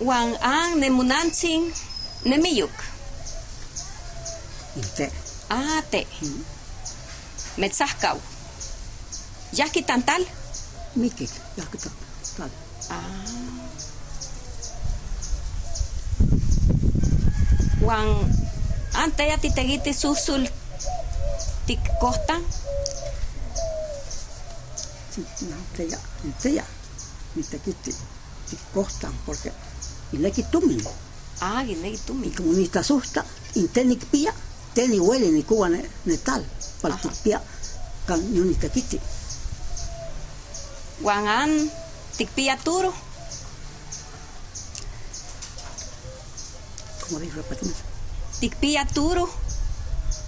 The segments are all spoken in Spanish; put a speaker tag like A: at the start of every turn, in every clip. A: Wan ang nemunantzin nemiyuk.
B: Inte.
A: Ate. Metzahkaw. Yaki tantal.
B: Miki. Jakta. Tal.
A: Wan antea titeguiti susul tikkohtan.
B: No, te ya. Inte ya. Mitte kitti. Ti kohtan, porque. Y le quitumin.
A: Ah, ginegi
B: Y
A: tumi.
B: como ni te asusta, inte ni pía, te ni huele ni cuba ne, ne tal. Para
A: Ajá.
B: ti pía, can ni ni te kitti.
A: Wan an tikpia turo.
B: Como veis, repetimos.
A: Tikpia turo.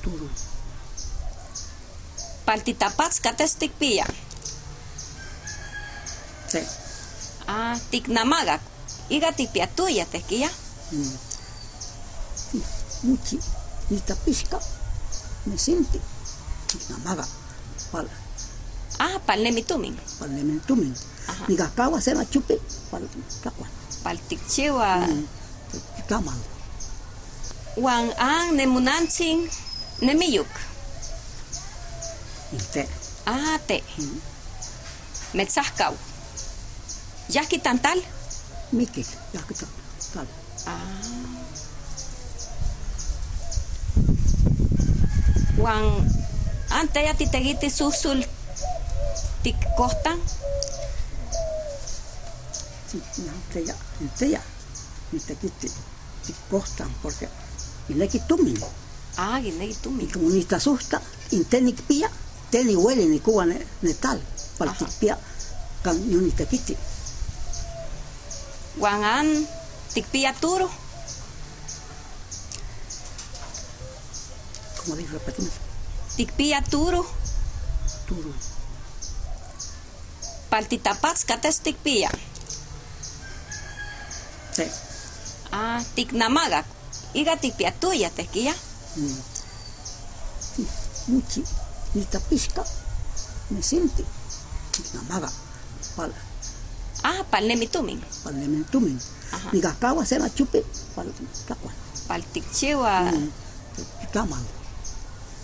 B: Turu.
A: Paltitapats kates tikpia.
B: Te.
A: Ah, tiknamagak. Iga tikpia tuya tequilla.
B: Mm. Sí, muchi, ni tapisca, me sinti, ni namaga, pal,
A: Ah, palnemitumin.
B: pal lementumen,
A: Ajá.
B: ni gacagua se la chupe, pal cacua,
A: Paltikchiwa.
B: tamal,
A: Wan an nemunantzin nemiyuk.
B: inte,
A: Ate.
B: Mm.
A: Metzahkaw. Yaki tantal.
B: miki, yakta, tal,
A: Wan antea titeguiti susul tikkohtan.
B: sí, no, te ya, inte ya, ni te quiti, te costan, porque, y le quitumen,
A: Ah, ginegi
B: y
A: tumi.
B: como ni te asusta, inte ni pía, te ni huele ni cuba ne, ne tal, pal
A: Ajá.
B: pía, can ni ni te quiti,
A: Wan an tikpia turo.
B: como dice, repetimos,
A: Tikpia turo.
B: turu.
A: Paltitapats kates tikpia.
B: Sí.
A: Ah, tiknamagak. Iga tikpia tuya tequilla.
B: Mm. Sí, muchi, ni tapisca, me sinti, namaga, pal,
A: Ah, palnemitumin.
B: pal lementumen,
A: Ajá.
B: ni gacagua se la chupe, pal, tacua, 嗯
A: Paltikchiwa.
B: tamal,